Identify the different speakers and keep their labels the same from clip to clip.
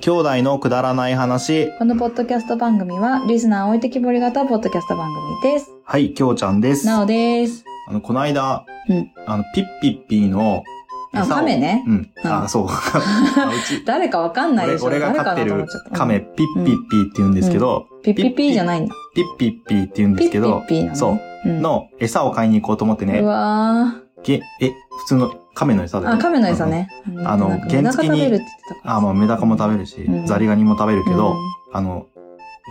Speaker 1: 兄弟のくだらない話。
Speaker 2: このポッドキャスト番組は、リスナー置いてきぼり型ポッドキャスト番組です。
Speaker 1: はい、きょうちゃんです。
Speaker 2: なおです。
Speaker 1: あの、この間、
Speaker 2: うん
Speaker 1: あの、ピッピッピーの
Speaker 2: あ、
Speaker 1: 餌を
Speaker 2: カメ。ね。
Speaker 1: うん。
Speaker 2: う
Speaker 1: あ、
Speaker 2: ん
Speaker 1: そう。あうち、
Speaker 2: 誰かわかんない
Speaker 1: 俺
Speaker 2: でしょ。
Speaker 1: 俺が
Speaker 2: 誰
Speaker 1: 飼
Speaker 2: か
Speaker 1: って
Speaker 2: なと思
Speaker 1: る
Speaker 2: っちゃった
Speaker 1: カメ、。ピッピッピーって言うんですけど、
Speaker 2: うんピッピッピーじゃないんだ。
Speaker 1: ピッピッピーって言うんですけど、
Speaker 2: ピッピッピーなの
Speaker 1: そう。
Speaker 2: うん。
Speaker 1: の餌を買いに行こうと思ってね
Speaker 2: う、わ
Speaker 1: げえ、普通の亀の餌だ
Speaker 2: ー。
Speaker 1: よ
Speaker 2: あ、カメの餌。ね。
Speaker 1: あの
Speaker 2: なんかメダカ
Speaker 1: 原付に
Speaker 2: 食べるって言ってた
Speaker 1: うん
Speaker 2: から。
Speaker 1: あ、まあ、メダカも食べるし、
Speaker 2: うん
Speaker 1: ザリガニも食べるけど、
Speaker 2: う
Speaker 1: あの、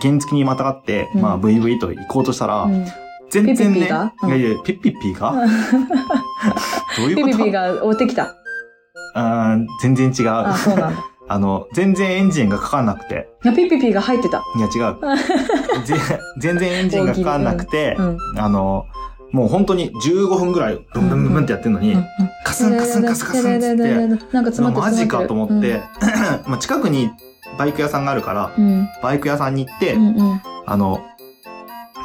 Speaker 1: 原付にまたがって、
Speaker 2: うん
Speaker 1: まあ、ブイブイと行こうとしたら、
Speaker 2: ん。うん
Speaker 1: 全然ね、
Speaker 2: ピ
Speaker 1: い
Speaker 2: ッピッピーがうん
Speaker 1: やいや、ピッピッピーが、どういう
Speaker 2: ピ
Speaker 1: こと
Speaker 2: ピピが追ってきた。
Speaker 1: あー全然違う。
Speaker 2: あ、
Speaker 1: あ
Speaker 2: そうなんだ。
Speaker 1: の、全然エンジンがかかんなくて。
Speaker 2: いやピピピが入ってた。
Speaker 1: いや、違 う。ぜ全然エンジンがかかんなくて
Speaker 2: う、ん。
Speaker 1: あの、もう本当に15分ぐらい、ブンブンブンブンってやってんのに、カスンカスンカスンカスンっつって、
Speaker 2: なんか詰まっ
Speaker 1: マ
Speaker 2: てる
Speaker 1: ジかと思っ。
Speaker 2: 詰
Speaker 1: て、まあ近くにバイク屋さんがあるから、
Speaker 2: ま
Speaker 1: バイク屋さんに行って、
Speaker 2: てるうん。うんうん
Speaker 1: あの、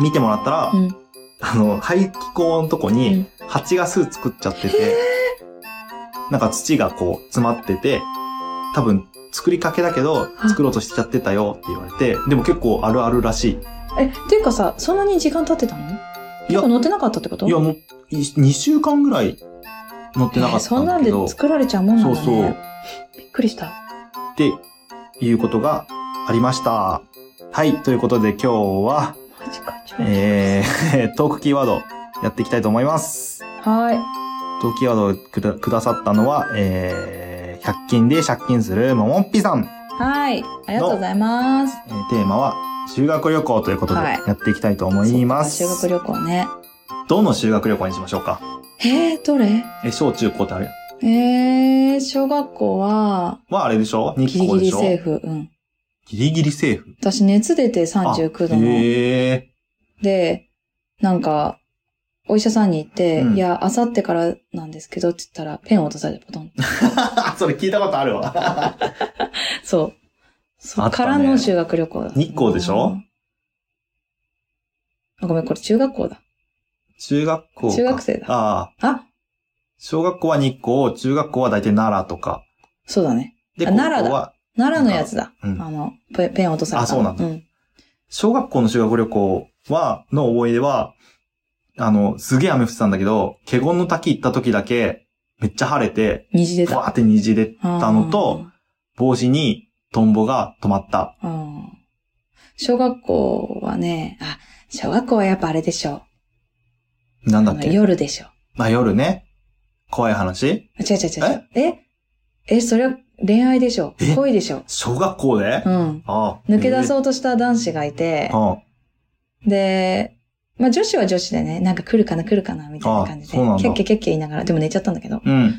Speaker 1: 見てもらったら、
Speaker 2: うん
Speaker 1: あの、排気口のとこ
Speaker 2: う
Speaker 1: に
Speaker 2: ん
Speaker 1: 蜂が巣作っちゃってて、なんか土がこう詰まってて、多分作りかけだけど、
Speaker 2: あ
Speaker 1: 作ろうとしちゃってたよって言われて、でも結構あるあるらしい。
Speaker 2: え、っていうかさ、そんなに時間経ってたの
Speaker 1: い
Speaker 2: 結
Speaker 1: や
Speaker 2: 構、乗ってなかったってこと
Speaker 1: いやもう、い2週間ぐらい乗ってなか
Speaker 2: えー
Speaker 1: った
Speaker 2: そ
Speaker 1: ん
Speaker 2: んな
Speaker 1: だ
Speaker 2: ん
Speaker 1: け
Speaker 2: で
Speaker 1: ど、
Speaker 2: 作られちゃうもんなんだね。
Speaker 1: そうそう
Speaker 2: びっくりした。
Speaker 1: っていうことがありました。はい、ということで今日は、
Speaker 2: マジか、ちょい
Speaker 1: えー、 トークキーワードやっていきたいと思います。
Speaker 2: は
Speaker 1: トークキーワードをくだくださったのは、えー、100均で借金するももっぴさん。
Speaker 2: い。はい。ありがとうございます。
Speaker 1: えーテーマは修学旅行ということで
Speaker 2: は
Speaker 1: や
Speaker 2: い
Speaker 1: っていきたいと思います。
Speaker 2: そうか修学旅行ね。
Speaker 1: どの修学旅行にしましょうか
Speaker 2: えー、どれ
Speaker 1: え、小中高ってあれ
Speaker 2: えー、小学校は、
Speaker 1: はあれでしょ日
Speaker 2: ギリ
Speaker 1: 光
Speaker 2: ギ
Speaker 1: で
Speaker 2: リ
Speaker 1: しょ
Speaker 2: セーフ。うん。
Speaker 1: ギリギリセーフ。
Speaker 2: 私、熱出て
Speaker 1: あ
Speaker 2: 39度の。
Speaker 1: へえ
Speaker 2: で、なんか、お医者さんに行って、
Speaker 1: うん
Speaker 2: いや、あさってからなんですけどって言ったら、ペンを落とされてポトン。
Speaker 1: ー。 それ聞いたことあるわ。
Speaker 2: そう。そ
Speaker 1: あ
Speaker 2: っ
Speaker 1: った
Speaker 2: か
Speaker 1: ね
Speaker 2: らの修学旅行だ。
Speaker 1: 日光でしょ
Speaker 2: あごめん、これ中学校だ。
Speaker 1: 中学校か。
Speaker 2: 中学生だ
Speaker 1: ああ。
Speaker 2: あ、
Speaker 1: 小学校は日光、中学校は大体奈良とか。
Speaker 2: そうだね。
Speaker 1: で、
Speaker 2: あ
Speaker 1: 高校
Speaker 2: 奈良だ
Speaker 1: は、
Speaker 2: 奈良のやつだ。
Speaker 1: うん
Speaker 2: あの、ペペン落とされた。
Speaker 1: あそうなんだ
Speaker 2: うん。
Speaker 1: 小学校の修学旅行は、の思い出は、あの、すげえ雨降ってたんだけど、華厳の滝行った時だけ、めっちゃ晴れて、
Speaker 2: 虹出た。
Speaker 1: わーって虹出たのと、帽子にトンボが止まった。
Speaker 2: あー、うん小学校はね、あ、小学校はやっぱあれでしょ。
Speaker 1: なんだ
Speaker 2: あ
Speaker 1: っ
Speaker 2: の
Speaker 1: け
Speaker 2: 夜でしょ。
Speaker 1: あ、夜ね。怖い話
Speaker 2: 違う違う違う。ええそれは恋愛でしょ
Speaker 1: え
Speaker 2: 恋でしょ
Speaker 1: 小学校で、
Speaker 2: う
Speaker 1: あ
Speaker 2: ん。
Speaker 1: あ。
Speaker 2: 抜け出
Speaker 1: う。
Speaker 2: そうとした男子がいて、
Speaker 1: あ
Speaker 2: で、まあ女子は女子でね、なんか来るかな来るかなみたいな感じ
Speaker 1: あそうなんだ
Speaker 2: で、キャッキャキャッキャ言いながら、でも寝ちゃったんだけど。
Speaker 1: うん。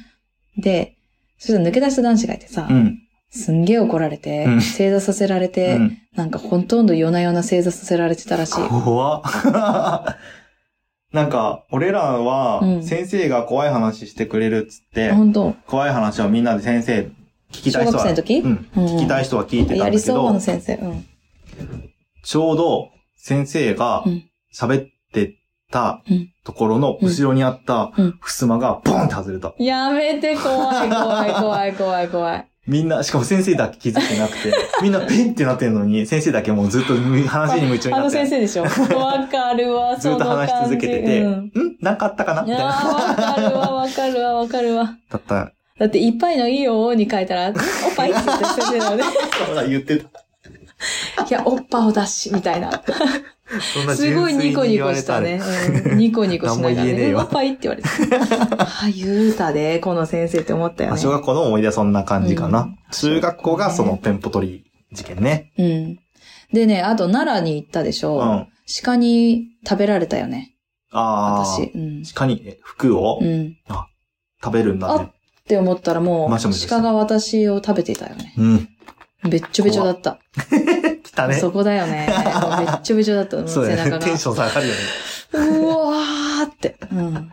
Speaker 2: で、そしたら抜け出した男子がいてさ、
Speaker 1: うん。
Speaker 2: すんげえ怒られて、
Speaker 1: うん
Speaker 2: 正座させられて、
Speaker 1: うん。
Speaker 2: なんかほとんど夜な夜な正座させられてたらしい。
Speaker 1: 怖っ。 なんか、俺らは
Speaker 2: う、ん
Speaker 1: 先生が怖い話してくれるっつって、
Speaker 2: 本当
Speaker 1: 怖い話をみんなで先生、聞きた
Speaker 2: 小
Speaker 1: い人
Speaker 2: 学
Speaker 1: は
Speaker 2: 生の時、
Speaker 1: うん。聞きたい人は聞いてたん
Speaker 2: や
Speaker 1: だ
Speaker 2: り
Speaker 1: け
Speaker 2: そう
Speaker 1: ど
Speaker 2: の、先生。うん。
Speaker 1: ちょうど先生が
Speaker 2: うん
Speaker 1: 喋ってた
Speaker 2: うん
Speaker 1: ところの後ろにあった
Speaker 2: うん
Speaker 1: 襖がボンって外れた。
Speaker 2: やめて、怖い、怖い、怖い、怖い、怖い。
Speaker 1: みんな、しかも先生だけ気づいてなく て、みんなペンってなってんのに、先生だけもうずっと話に夢中に
Speaker 2: あ
Speaker 1: な
Speaker 2: の
Speaker 1: って、
Speaker 2: 先生 でしょわかるわ、
Speaker 1: ず
Speaker 2: そ
Speaker 1: っ
Speaker 2: の
Speaker 1: と
Speaker 2: 感
Speaker 1: 話
Speaker 2: じ。
Speaker 1: し続けてて、
Speaker 2: うんん、
Speaker 1: なんかあったかなみ
Speaker 2: い
Speaker 1: たい
Speaker 2: や
Speaker 1: な。
Speaker 2: ーわかるわ、わかるわ、わかるわ。
Speaker 1: だった。
Speaker 2: だって、いっぱいのいいよに書いた ら、んおっぱいって言って先生なので、い
Speaker 1: そうだ、言ってた。
Speaker 2: や、おっぱを出し、みたいな。
Speaker 1: そんな
Speaker 2: すごい
Speaker 1: 純粋
Speaker 2: ニコ
Speaker 1: に
Speaker 2: ニ
Speaker 1: 言わ
Speaker 2: コ
Speaker 1: れ
Speaker 2: したね
Speaker 1: ら。。
Speaker 2: うんニコニコしながら
Speaker 1: 何も言えねえ
Speaker 2: ね、
Speaker 1: わ
Speaker 2: おっぱいって言 われて。ああ、言うたで、この先生って思ったよ
Speaker 1: あ
Speaker 2: ね
Speaker 1: 小。学校の思い出はそんな感じかな。
Speaker 2: うん
Speaker 1: 中学校がそのペンポ取り事件ね。
Speaker 2: うん。でね、あと奈良に行ったでし
Speaker 1: うん。
Speaker 2: ょ。
Speaker 1: あ
Speaker 2: 鹿に食べられたよね。
Speaker 1: あー。
Speaker 2: 私。うん。
Speaker 1: 鹿にえ服を
Speaker 2: うん。
Speaker 1: 食べるんだね。
Speaker 2: って思ったらも
Speaker 1: マシャマシャし
Speaker 2: う、
Speaker 1: た
Speaker 2: 鹿が私を食べていたよね。
Speaker 1: うん。
Speaker 2: べっちょべちょだった。
Speaker 1: 来たね。
Speaker 2: そこだよ ね。べっちょべちょだった。もう
Speaker 1: そう
Speaker 2: 背
Speaker 1: だ
Speaker 2: 中
Speaker 1: ね。
Speaker 2: が。
Speaker 1: テンション下がるよね。
Speaker 2: うわーって。うん。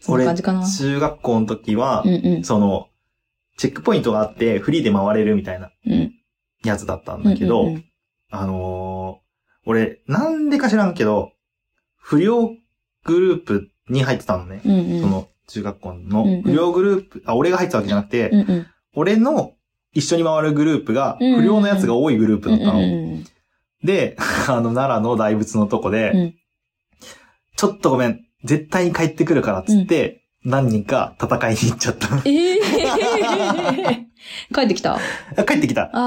Speaker 2: そんな感じかな。
Speaker 1: 中学校の時は
Speaker 2: うん、うん。
Speaker 1: その、チェックポイントがあって、フリーで回れるみたいな
Speaker 2: うん。
Speaker 1: やつだったんだけど、
Speaker 2: うんうんうん
Speaker 1: あのー俺、なんでか知らんけど、不良グループに入ってたのね。
Speaker 2: うんうん。
Speaker 1: その、中学校
Speaker 2: うんう
Speaker 1: の
Speaker 2: ん
Speaker 1: 不良グループ、あ、俺が入ってたわけじゃなくて、
Speaker 2: うんうん。
Speaker 1: 俺の一緒に回るグループが、
Speaker 2: うんうんうん
Speaker 1: 不良のやつが多いグループ
Speaker 2: うん
Speaker 1: だっ
Speaker 2: うん
Speaker 1: たの。
Speaker 2: うん
Speaker 1: で、 あの、奈良の大仏のとこで、
Speaker 2: うん
Speaker 1: ちょっとごめん、絶対に帰ってくるからっつって、何人か戦いに行っちゃっ
Speaker 2: ええ 帰ってきた。あ
Speaker 1: た。帰ってきた。あ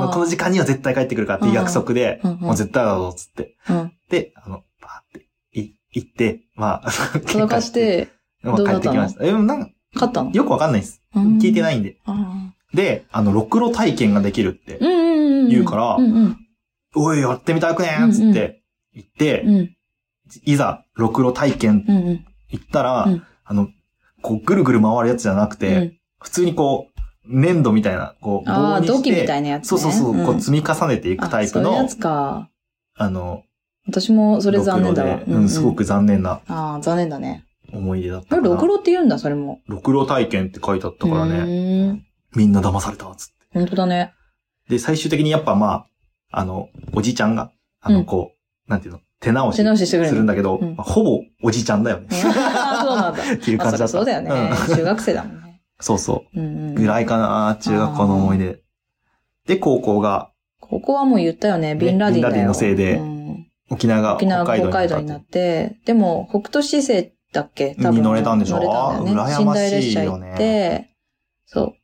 Speaker 1: の
Speaker 2: あ。
Speaker 1: この時間には絶対帰ってくるからっていう約束で、
Speaker 2: うんうん
Speaker 1: もう絶対だぞっつって。
Speaker 2: うん。
Speaker 1: で、あの、バーって、い、行って、まあ、 喧
Speaker 2: 戦っ、て、
Speaker 1: まあ、帰ってきました。え、でもなんか、
Speaker 2: 勝ったの。
Speaker 1: よくわかんないです。聞いてないいんで。
Speaker 2: あ
Speaker 1: で、あの、ろくろ体験ができるって
Speaker 2: ー、うんうんうん。
Speaker 1: 言うから
Speaker 2: うんうん
Speaker 1: おい、やってみたくねーっつって、行って、
Speaker 2: うん
Speaker 1: いざ、ろくろ体験
Speaker 2: うんうん。
Speaker 1: 行ったら、
Speaker 2: うん
Speaker 1: あの、こう、ぐるぐる回るやつじゃなくて、
Speaker 2: うん
Speaker 1: 普通にこう、粘土みたいな、こう、
Speaker 2: あ
Speaker 1: 棒
Speaker 2: あ、
Speaker 1: にして、
Speaker 2: 土器みたいなやつ
Speaker 1: そ
Speaker 2: ね。
Speaker 1: うそうそう、こう、
Speaker 2: ん
Speaker 1: 積み重ねていくタイプ
Speaker 2: あそういう
Speaker 1: の、
Speaker 2: やつか。
Speaker 1: あの、
Speaker 2: 私もそれ
Speaker 1: ろく
Speaker 2: 残
Speaker 1: ろ
Speaker 2: 念だわ
Speaker 1: で。、うん、すご。く残念な
Speaker 2: ああ、残念だね。
Speaker 1: 思い出だったか
Speaker 2: これ、
Speaker 1: な。
Speaker 2: ろくろって言うんだ、それも。
Speaker 1: ろくろ体験って書いてあったからね、
Speaker 2: ね。
Speaker 1: みんな騙されたっつって。
Speaker 2: 本当だね。
Speaker 1: で、最終的にやっぱまあ、あの、おじちゃんが、あの、
Speaker 2: うん
Speaker 1: こう、なんていうの、手直し
Speaker 2: 手直ししてくれ
Speaker 1: するんだけど、
Speaker 2: うん
Speaker 1: まあほぼおじちゃんだよね。
Speaker 2: ああ、そうなんだ。
Speaker 1: っていう
Speaker 2: まあ、
Speaker 1: 感じだ
Speaker 2: そりゃ
Speaker 1: った。
Speaker 2: そうだよね
Speaker 1: うん。
Speaker 2: 中学生だもんね。
Speaker 1: そうそう。
Speaker 2: うんうん。
Speaker 1: ぐらいかな、中学校の思い出。で、高校が
Speaker 2: ここはもう言ったよね、ビンラディンだよ。
Speaker 1: ビンラディンのせいで
Speaker 2: うん
Speaker 1: 沖縄が
Speaker 2: 沖縄が
Speaker 1: 北
Speaker 2: 北
Speaker 1: 海
Speaker 2: 海道
Speaker 1: 道
Speaker 2: に
Speaker 1: に
Speaker 2: な
Speaker 1: な
Speaker 2: っ、
Speaker 1: って
Speaker 2: でも、北斗市政だっけ多分。
Speaker 1: に乗れたんでしょ
Speaker 2: 乗れたんだよね。
Speaker 1: あー
Speaker 2: 寝
Speaker 1: 羨ま
Speaker 2: 台
Speaker 1: し
Speaker 2: 列
Speaker 1: い
Speaker 2: 車
Speaker 1: よ
Speaker 2: 行
Speaker 1: ね
Speaker 2: って、そ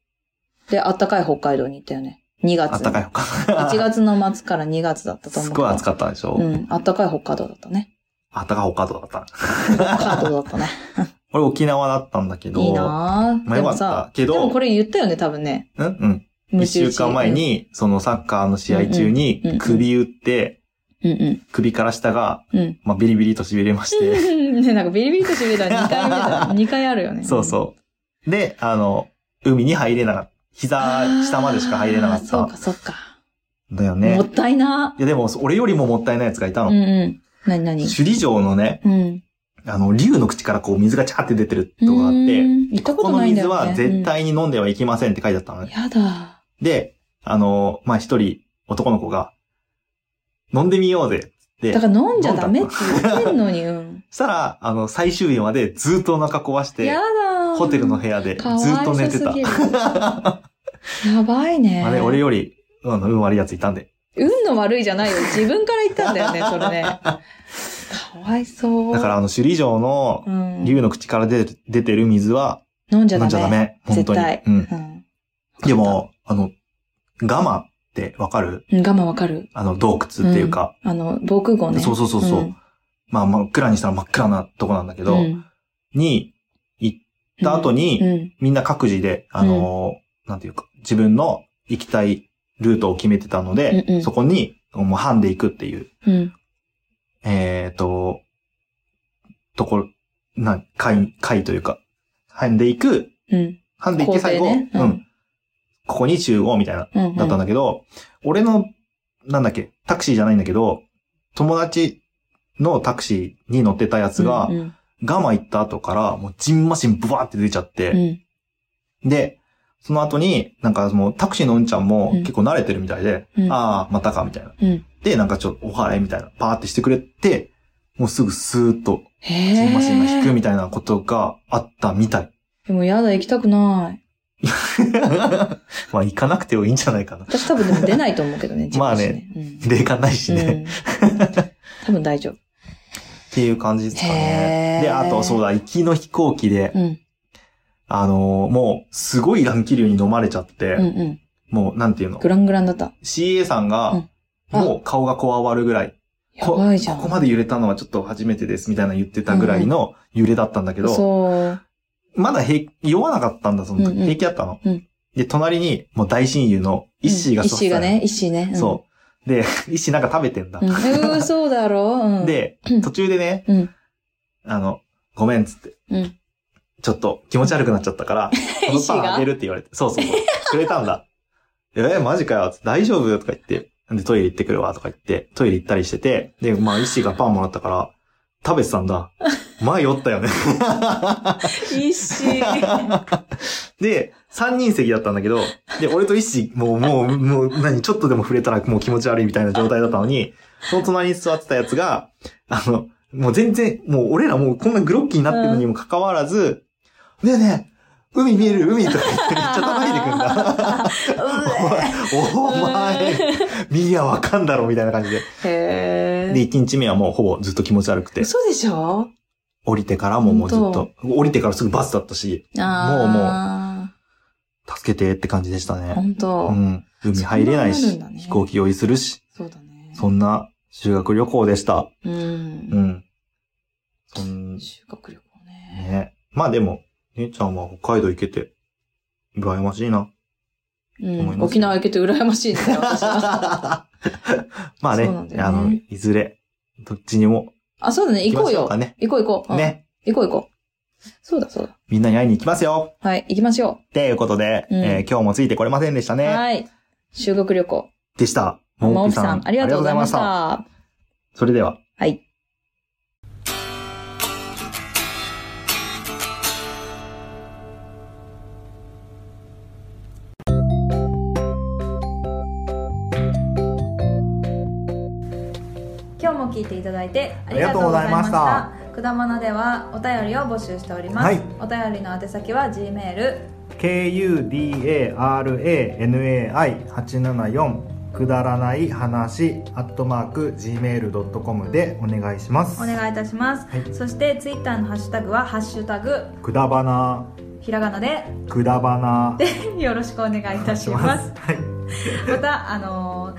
Speaker 2: う。で、あったかい北海道に行ったよね。2
Speaker 1: た。
Speaker 2: 月。
Speaker 1: あったかい北海道。
Speaker 2: 1月の末から2月だったと思う。
Speaker 1: すごい暑
Speaker 2: かっ
Speaker 1: かったでしょ、
Speaker 2: うん、あったかい北海道だったね。
Speaker 1: あったかい北海道だった。
Speaker 2: 北海道だったね。
Speaker 1: 俺沖縄だったんだけど。
Speaker 2: いいなぁ。
Speaker 1: まあ
Speaker 2: で
Speaker 1: よか
Speaker 2: も
Speaker 1: った
Speaker 2: さ、
Speaker 1: け
Speaker 2: で
Speaker 1: ど、
Speaker 2: もこれ言ったよね、多分ね。
Speaker 1: うんうん。一
Speaker 2: 虫打
Speaker 1: 週
Speaker 2: ち
Speaker 1: 間前。に、そのサッカーの試合中に
Speaker 2: うんうんうんうん
Speaker 1: 首打って、
Speaker 2: うんうん
Speaker 1: 首から下が、
Speaker 2: うん。
Speaker 1: まあ、ビリビリと痺れまして。
Speaker 2: うん。 ね、なんかビリビリとしびれたら2回目だよ。2回あるよね。
Speaker 1: そうそう。で、あの、海に入れなかった。膝下までしか入れなか
Speaker 2: あー
Speaker 1: っ
Speaker 2: そうか、そうか。
Speaker 1: た。だよね
Speaker 2: も。ったいない
Speaker 1: やでも、俺よりももったいないやつがいたの。
Speaker 2: うんうん。なになに
Speaker 1: 首里城のね、
Speaker 2: うん。
Speaker 1: あの、竜の口からこう水がチャーって出てるとこがあっ
Speaker 2: う
Speaker 1: て、
Speaker 2: ん行った
Speaker 1: こ
Speaker 2: こ
Speaker 1: との
Speaker 2: ないんだ
Speaker 1: 水
Speaker 2: よ、ね。
Speaker 1: は絶対に飲んではいけませんって書いてあったの
Speaker 2: うん。
Speaker 1: ね。
Speaker 2: やだ。
Speaker 1: で、あの、まあ、一人男の子が、飲んでみようぜって。
Speaker 2: だから飲んじゃダメって言ってんのに、うん。
Speaker 1: そしたら、あの、最終日までずっとお腹壊し
Speaker 2: や
Speaker 1: て、
Speaker 2: だ
Speaker 1: ホテルの
Speaker 2: 部
Speaker 1: 部屋でず
Speaker 2: かわい
Speaker 1: っと寝て
Speaker 2: そ
Speaker 1: た
Speaker 2: す。ぎるやばいね。
Speaker 1: あれ、俺より、あの、運悪いやついたんで。
Speaker 2: 運の悪いじゃないよ。自分から言ったんだ よね、それね。かわいそう。
Speaker 1: だから、あの、首里城の
Speaker 2: う、ん、
Speaker 1: 竜の口から出てる出てる水は、
Speaker 2: 飲んじゃ
Speaker 1: 飲
Speaker 2: ダ
Speaker 1: ん
Speaker 2: メ。
Speaker 1: じゃダメ。本当
Speaker 2: 絶
Speaker 1: に。
Speaker 2: 対。
Speaker 1: うん。
Speaker 2: うん
Speaker 1: で、も、あの、ガマってわかる
Speaker 2: うん我慢わかる。
Speaker 1: あの、洞窟っていうか、
Speaker 2: あの、防空壕ね。
Speaker 1: そうそうそうそう。
Speaker 2: ん
Speaker 1: まあ真っ暗にしたら真っ暗なとこなんだけど、
Speaker 2: うん
Speaker 1: に行った後に、
Speaker 2: うん
Speaker 1: みんな各自で、あのーなんていうか、自分の行きたいルートを決めてたので、
Speaker 2: うんうん
Speaker 1: そこに、もうハンで行くっていう、
Speaker 2: うん。
Speaker 1: えっ、と、ところ、な、会、会というか、ハンで行く、
Speaker 2: うん。
Speaker 1: ハンで行って最後、
Speaker 2: 工程ねう
Speaker 1: うんん、ここに集合みたいな、
Speaker 2: うん。
Speaker 1: だったんだけど、俺の、なんだっけ、タクシーじゃないんだけど、友達のタクシーに乗ってたやつが、
Speaker 2: うんうん
Speaker 1: ガマ行った後から、もうジンマシンブワーって出ちゃって、で、その後に、なんかもうタクシーのうんちゃんも
Speaker 2: うん
Speaker 1: 結構慣れてるみたいで、
Speaker 2: うん
Speaker 1: ああ、またか、みたいな。
Speaker 2: うん。うん。
Speaker 1: で、なんかちょっとお払いみたいな、パーってしてくれて、もうすぐスーッと、
Speaker 2: へ
Speaker 1: ジ
Speaker 2: え。
Speaker 1: ンマシンが引くみたいなことがあったみ たい。
Speaker 2: でもやだ、行きたくない。
Speaker 1: まあ行かなくてもいいんじゃないかな。
Speaker 2: 私多分でも出ないと思うけどね、
Speaker 1: まあ
Speaker 2: ジンマ
Speaker 1: ね
Speaker 2: シンね。
Speaker 1: 霊感ない
Speaker 2: うん
Speaker 1: しね。
Speaker 2: うん。 多分大丈夫。
Speaker 1: っていう感じですか
Speaker 2: へ
Speaker 1: ね
Speaker 2: ー。
Speaker 1: で、あとそうだ、行きの飛行機で、
Speaker 2: うん。
Speaker 1: あのーもう、すごい乱気流に飲まれちゃって、
Speaker 2: うんうん。
Speaker 1: もう、なんていうの
Speaker 2: グラングランだった。
Speaker 1: ?CA さん
Speaker 2: う
Speaker 1: が
Speaker 2: ん、あ
Speaker 1: もう顔がこわばるぐらい、
Speaker 2: やばいじゃん。
Speaker 1: ここまで揺れたのはちょっと初めてです、みたいな言ってたぐらいの揺れだったんだけど、
Speaker 2: そう。
Speaker 1: まだ平、酔わなかったんだ、その時、
Speaker 2: うんうん
Speaker 1: 平気だったの、
Speaker 2: うん
Speaker 1: で、隣に、もう大親友のイッシーが
Speaker 2: うん
Speaker 1: 座
Speaker 2: 一
Speaker 1: って
Speaker 2: 子
Speaker 1: た
Speaker 2: が
Speaker 1: の
Speaker 2: ね、一子ね。うん
Speaker 1: そう。で、 イッシーなんか食べてんだ。
Speaker 2: うん、嘘だろ、うん、
Speaker 1: で
Speaker 2: うん、
Speaker 1: 途中でね、
Speaker 2: うん
Speaker 1: あの、ごめんっつって、
Speaker 2: うん。
Speaker 1: ちょっと気持ち悪くなっちゃったから、このパンあげるって言われて、そうそうそう、くれたんだ。 えーマジかよ、大丈夫とか言って、で、トイレ行ってくるわ、とか言って、トイレ行ったりしてて、で、まあ、石がパンもらったから、食べてたんだ。前酔ったよね。
Speaker 2: 一子。
Speaker 1: で、三人席だったんだけど、で、俺と石、もう、もう、もう、何、ちょっとでも触れたらもう気持ち悪いみたいな状態だったのに、その隣に座ってたやつが、あの、もう全然、もう俺らもうこんなグロッキーになってるのにもかかわらず、ねえねえ、海見える、海とか言ってめっちゃ叩いてくんだ。お前、ミリアわかんだろみたいな感じで。
Speaker 2: へ
Speaker 1: で、
Speaker 2: え。
Speaker 1: 1日目はもうほぼずっと気持ち悪くて、
Speaker 2: 嘘でしょ
Speaker 1: 降りてからももうずっ
Speaker 2: 本
Speaker 1: と、降りてからすぐバスだったし、もうもう
Speaker 2: あ
Speaker 1: 助けてって感じでした
Speaker 2: ー
Speaker 1: ね。
Speaker 2: 本当
Speaker 1: う。ん。海入れない
Speaker 2: そ
Speaker 1: し、
Speaker 2: んなになるんだね
Speaker 1: 飛行機用意するし、
Speaker 2: そうだね。
Speaker 1: そんな修学旅行でした。う
Speaker 2: う。
Speaker 1: んん。そん、
Speaker 2: 修学旅行ね。
Speaker 1: ね。まあでも、姉ちゃんは北海道行けて、羨ましい な。思います
Speaker 2: うん。
Speaker 1: よ
Speaker 2: 沖縄行けて羨 ましいね、私は。
Speaker 1: まあね
Speaker 2: そうなんだよね
Speaker 1: あの、いずれ、どっちにも
Speaker 2: あ、そうだね、
Speaker 1: 行き
Speaker 2: 行こ
Speaker 1: ま
Speaker 2: う
Speaker 1: しょう
Speaker 2: よ
Speaker 1: か。ね。
Speaker 2: 行こう行こう。うん。
Speaker 1: ね。
Speaker 2: 行こう行こう。そうだそうだ。
Speaker 1: みんなに会いに行きますよ
Speaker 2: はい、行きましょ
Speaker 1: っていうことで、
Speaker 2: うん
Speaker 1: えー今日もついてこれませんでした
Speaker 2: う。
Speaker 1: ね。
Speaker 2: はい。修学旅行。
Speaker 1: でした。
Speaker 2: マ
Speaker 1: も
Speaker 2: オ
Speaker 1: ん
Speaker 2: ピ
Speaker 1: ぴ
Speaker 2: さん、ありがとうございまし
Speaker 1: ありがとうございま
Speaker 2: た。
Speaker 1: した。それでは。
Speaker 2: はい。今日も聞いていただいてありがとうございまし
Speaker 1: あ
Speaker 2: た。くだまなではお便りを募集しております。
Speaker 1: はい
Speaker 2: お便りの宛先は G メール
Speaker 1: kudaranai874 くだらない話アットマーク gmail.com でお願いしま
Speaker 2: お
Speaker 1: す
Speaker 2: 願いいたします。
Speaker 1: はい
Speaker 2: そしてツイッターのハッシュタグはハッシュタグ
Speaker 1: くだばな
Speaker 2: ひらがなで
Speaker 1: くだばな
Speaker 2: よろしくお願いいたします。
Speaker 1: はい
Speaker 2: またあのー